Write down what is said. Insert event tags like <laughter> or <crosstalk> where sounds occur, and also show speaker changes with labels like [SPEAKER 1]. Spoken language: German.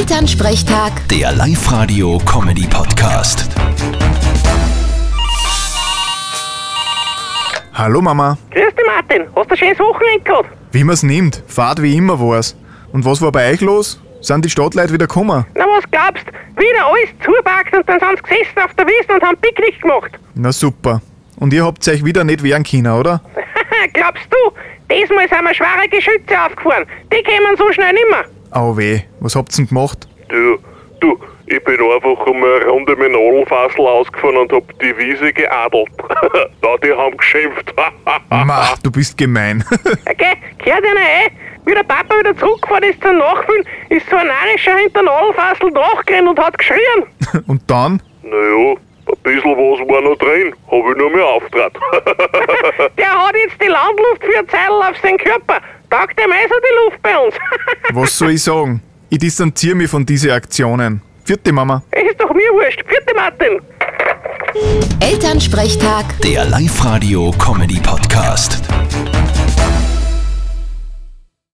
[SPEAKER 1] Elternsprechtag,
[SPEAKER 2] Der Live-Radio-Comedy-Podcast.
[SPEAKER 3] Hallo Mama,
[SPEAKER 4] Grüß dich Martin, hast du ein schönes Wochenende gehabt?
[SPEAKER 3] wie man's nimmt, Fahrt wie immer war's. Und was war bei euch los? Sind die Stadtleute wieder gekommen?
[SPEAKER 4] Na was glaubst, wieder alles zupackt und dann sind sie gesessen auf der Wiese und haben Picknick gemacht. <laughs>
[SPEAKER 3] Na super. Und ihr habt euch wieder nicht wehren können, oder?
[SPEAKER 4] glaubst du, diesmal sind wir schwere Geschütze aufgefahren, die kämen so schnell nimmer.
[SPEAKER 3] Au weh, was habt's denn gemacht?
[SPEAKER 5] Du, du, ich bin einfach einmal eine Runde mit dem Adelfassel ausgefahren und hab die Wiese geadelt. <laughs> Na, die haben <laughs> geschimpft.
[SPEAKER 3] Ma, du bist gemein. <laughs>
[SPEAKER 4] Okay, gehört dir nicht ein. Wie der Papa wieder zurückgefahren ist zum Nachfüllen, ist so ein Narischer hinter den Allfassel nachgerannt und hat geschrien.
[SPEAKER 3] Und dann?
[SPEAKER 5] naja, ein bisschen was war noch drin, hab ich nur mehr auftrat. <laughs>
[SPEAKER 4] Der hat jetzt die Landluft für ein Zeil auf seinen Körper. Taugt dem also die Luft bei uns. <laughs>
[SPEAKER 3] Was soll ich sagen? Ich distanziere mich von diesen Aktionen. Vierte Mama.
[SPEAKER 4] ist doch mir wurscht. Vierte Martin.
[SPEAKER 1] Elternsprechtag.
[SPEAKER 2] Der Live-Radio-Comedy-Podcast.